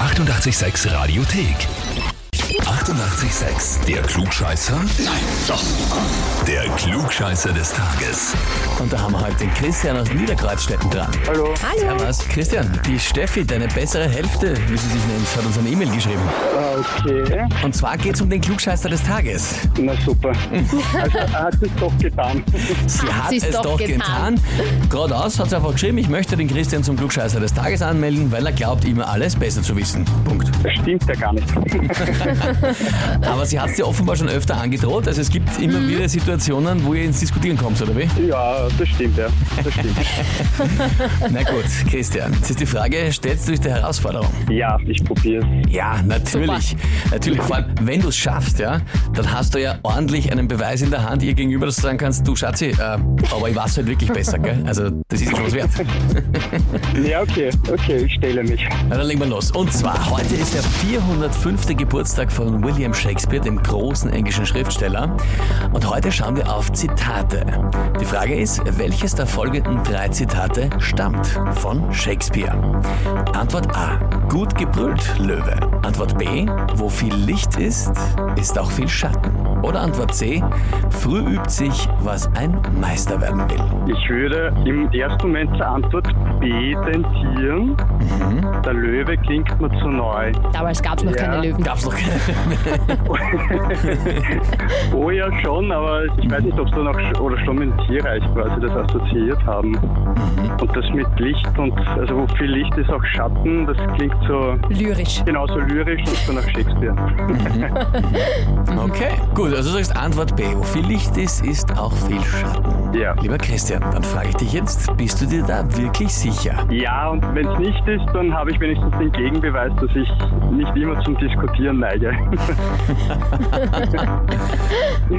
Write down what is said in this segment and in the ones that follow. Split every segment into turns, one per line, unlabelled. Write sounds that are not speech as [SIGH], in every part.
886 Radiothek. 88,6. Der Klugscheißer? Nein, doch. Der Klugscheißer des Tages.
Und da haben wir heute den Christian aus Niederkreuzstetten dran.
Hallo.
Hallo.
Servus. Christian, die Steffi, deine bessere Hälfte, wie sie sich nennt, hat uns eine E-Mail geschrieben.
Ah, Okay,
Und zwar geht es um den Klugscheißer des Tages.
na super. Also er hat es doch getan.
Sie
Hat
hat,
sie's
es
doch
doch,
getan.
getan. Geradeaus hat sie einfach geschrieben, ich möchte den Christian zum Klugscheißer des Tages anmelden, weil er glaubt, immer alles besser zu wissen. Punkt.
Das stimmt ja gar nicht.
Aber sie hat es dir offenbar schon öfter angedroht. Also es gibt immer wieder Situationen, wo ihr ins Diskutieren kommt, oder wie?
Ja, das stimmt, ja. Das stimmt.
Na gut, Christian. Jetzt ist die Frage, stellst du dich der Herausforderung?
Ja, ich probiere es.
Ja, natürlich. Natürlich. Vor allem, wenn du es schaffst, ja, dann hast du ja ordentlich einen Beweis in der Hand, ihr gegenüber, dass du sagen kannst, du Schatzi, äh, aber ich weiß halt wirklich besser, gell? Also das ist schon was wert.
Ja, okay, okay, ich stelle mich.
Na, dann legen wir los. Und zwar, heute ist der 405. Geburtstag von William Shakespeare, dem großen englischen Schriftsteller. Und heute schauen wir auf Zitate. Die Frage ist, welches der folgenden drei Zitate stammt von Shakespeare? Antwort A. Gut gebrüllt, Löwe. Antwort B. Wo viel Licht ist, ist auch viel Schatten. Oder Antwort C. Früh übt sich, was ein Meister werden will.
Ich würde im ersten Moment zur Antwort B tentieren. Der Löwe klingt mir zu neu.
Damals gab es noch
Ja.
keine Löwen.
Gab's noch keine
Oh ja, schon, aber ich weiß nicht, ob es da noch oder schon mit dem Tierreich quasi das assoziiert haben. Und das mit Licht und, also wo viel Licht ist, auch Schatten, das klingt so
Lyrisch.
genauso lyrisch und so nach Shakespeare.
Okay, gut, also du sagst Antwort B. Wo viel Licht ist, ist auch viel Schatten.
Ja.
Lieber Christian, dann frage ich dich jetzt, bist du dir da wirklich sicher?
Ja, und wenn es nicht ist, dann habe ich wenigstens den Gegenbeweis, dass ich nicht immer zum Diskutieren neige. [LAUGHS]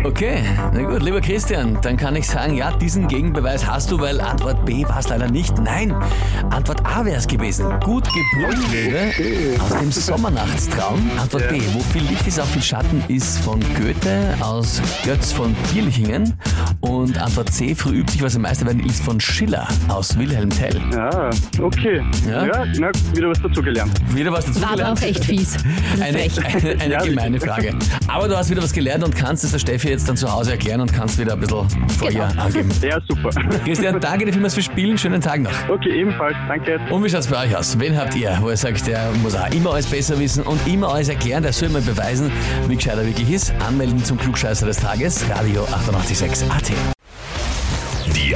Okay, na gut, lieber Christian, dann kann ich sagen, ja, diesen Gegenbeweis hast du, weil Antwort B war es leider nicht. Nein, Antwort A wäre es gewesen. Gut gebrüllt Löwe aus dem Sommernachtstraum. Antwort B, wo viel Licht ist, auch viel Schatten, ist von Goethe aus Götz von Bierlichingen. Und Antwort C, früh übt sich, was im Meister werden, ist von Schiller aus Wilhelm Tell.
Ja, Ah, okay.
Ja?
Ja, na, wieder was dazugelernt.
Wieder was dazu
War aber
gelernt.
auch echt fies.
Eine,
Frech.
eine, eine
Ja,
gemeine Frage. Aber du hast wieder was gelernt und kannst es der Steffi jetzt dann zu Hause erklären und kannst wieder ein bisschen vor
Genau.
ihr angeben.
Ja, super. [LAUGHS]
Christian, danke dir vielmals fürs Spielen. Schönen Tag noch.
Okay, ebenfalls. Danke.
Und wie schaut's bei euch aus? Wen habt ihr, wo ihr sagt, der muss auch immer alles besser wissen und immer alles erklären, der soll mal beweisen, wie gescheit er wirklich ist? Anmelden zum Klugscheißer des Tages, Radio 886 AT.
Die